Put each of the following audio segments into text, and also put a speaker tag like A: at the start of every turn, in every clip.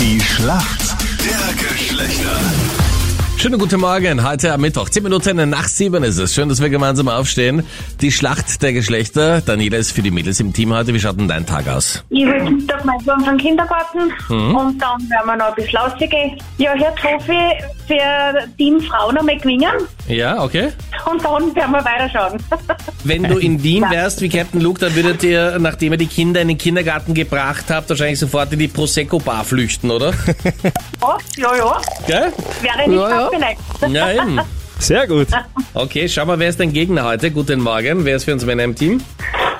A: Die Schlacht der Geschlechter.
B: Schönen guten Morgen, heute am Mittwoch. Zehn Minuten nach sieben ist es. Schön, dass wir gemeinsam aufstehen. Die Schlacht der Geschlechter. Daniela ist für die Mädels im Team heute. Wie schaut denn dein Tag aus?
C: Ich will Dienstag meinen Sohn vom Kindergarten und dann werden wir noch ein bisschen rausgehen. Ja, Herr Trophy für Team Frauen einmal gewinnen
B: Ja, okay.
C: und dann werden wir weiterschauen.
B: Wenn du in Wien wärst wie Captain Luke, dann würdet ihr, nachdem ihr die Kinder in den Kindergarten gebracht habt, wahrscheinlich sofort in die Prosecco-Bar flüchten, oder?
C: ja, ja, ja,
B: Gell?
C: wäre nicht
B: Ja, ja.
C: abgeneigt.
B: Ja, eben.
D: Sehr gut.
B: Okay, schau mal, wer ist dein Gegner heute? Guten Morgen. Wer ist für uns Männer im Team?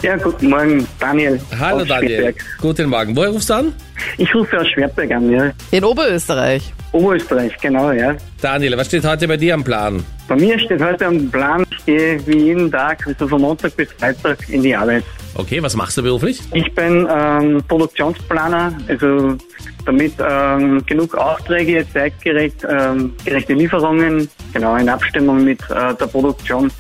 E: Ja, guten Morgen, Daniel.
B: Hallo,
E: aus
B: Daniel.
E: Schwertberg.
B: Guten Morgen. Woher rufst du an?
E: Ich rufe aus Schwertberg an, ja.
F: In Oberösterreich.
E: Oberösterreich, genau, ja.
B: Daniel, was steht heute bei dir am Plan?
E: Bei mir steht heute am Plan, ich gehe wie jeden Tag, also von Montag bis Freitag in die Arbeit.
B: Okay, was machst du beruflich?
E: Ich bin ähm, Produktionsplaner, also damit ähm, genug Aufträge, zeitgerecht, ähm, gerechte Lieferungen, genau, in Abstimmung mit äh, der Produktion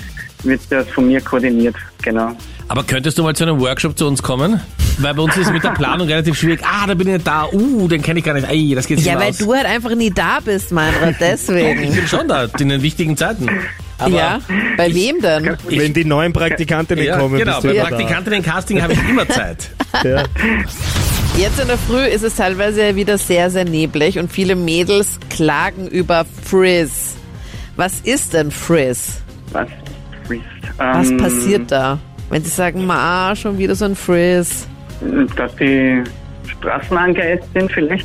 E: wird das von mir koordiniert, genau.
B: Aber könntest du mal zu einem Workshop zu uns kommen? Weil bei uns ist es mit der Planung relativ schwierig. Ah, da bin ich nicht da. Uh, den kenne ich gar nicht. Ey, das geht sich
F: Ja,
B: mal
F: weil
B: aus.
F: du halt einfach nie da bist, Meinrad,
B: Ich
F: deswegen.
B: bin schon da, in den wichtigen Zeiten. Aber
F: Ja, bei wem denn?
D: Wenn die neuen Praktikantinnen
B: Ja,
D: kommen,
B: genau,
D: bist du
B: bei
D: immer
B: Praktikanten im Casting habe ich immer Zeit.
D: da. Ja.
F: Jetzt in der Früh ist es teilweise wieder sehr, sehr neblig und viele Mädels klagen über Frizz. Was ist denn Frizz?
E: Was, ist,
F: Was
B: Hm.
E: ähm,
F: passiert da? Wenn sie sagen, ma, schon wieder so ein Frizz.
E: Dass die Straßen angeheizt sind vielleicht.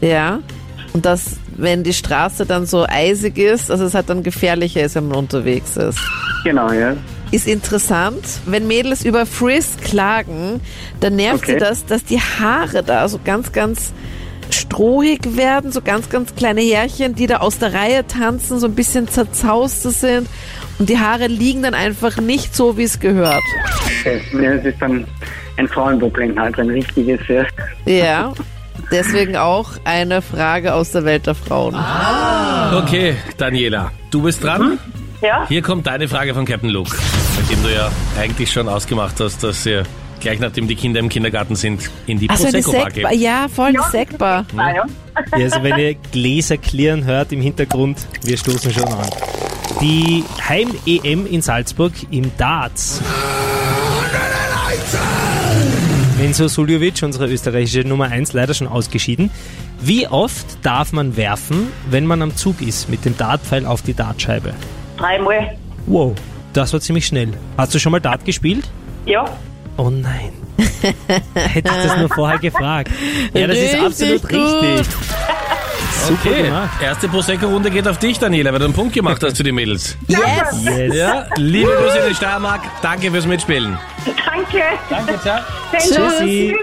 F: Ja. Und dass, wenn die Straße dann so eisig ist, dass es halt dann gefährlicher ist, wenn man unterwegs ist.
E: Genau, ja.
F: ist interessant. Wenn Mädels über Frizz klagen, dann nervt
E: Okay.
F: sie das, dass die Haare da so ganz, ganz strohig werden, so ganz, ganz kleine Härchen, die da aus der Reihe tanzen, so ein bisschen zerzauste sind. Und die Haare liegen dann einfach nicht so, wie es gehört.
E: Ja, es ist dann ein Frauenproblem halt, ein richtiges, ja.
F: Ja. Deswegen auch eine Frage aus der Welt der Frauen.
B: Okay, Daniela, du bist dran.
C: Ja,
B: Hier kommt deine Frage von Captain Luke, mit dem du ja eigentlich schon ausgemacht hast, dass ihr gleich nachdem die Kinder im Kindergarten sind, in die
F: Achso, eine
B: Prosecco-Bar
F: Sektbar.
B: geht.
F: Ja, voll eine Sektbar.
C: ah, ja.
D: ja, also wenn ihr Gläser klirren hört im Hintergrund, wir stoßen schon an. Die Heim-EM in Salzburg im Darts. Enzo Suljovic, unsere österreichische Nummer 1, leider schon ausgeschieden. Wie oft darf man werfen, wenn man am Zug ist, mit dem Dartpfeil auf die Dartscheibe?
C: dreimal.
D: Wow, das war ziemlich schnell. Hast du schon mal Dart gespielt?
C: Ja,
D: Oh nein. Hätte ich das nur vorher gefragt. Ja, das ist
F: Richtig
D: absolut
F: gut.
D: richtig. Super
B: Okay,
D: gemacht.
B: erste Prosecco-Runde geht auf dich, Daniela, weil du einen Punkt gemacht hast für die Mädels.
F: Yes!
D: Yes.
B: Ja, liebe Grüße in den Steiermark, danke fürs Mitspielen.
C: danke.
B: Danke, ciao.
C: Tschüss.
D: Tschüssi.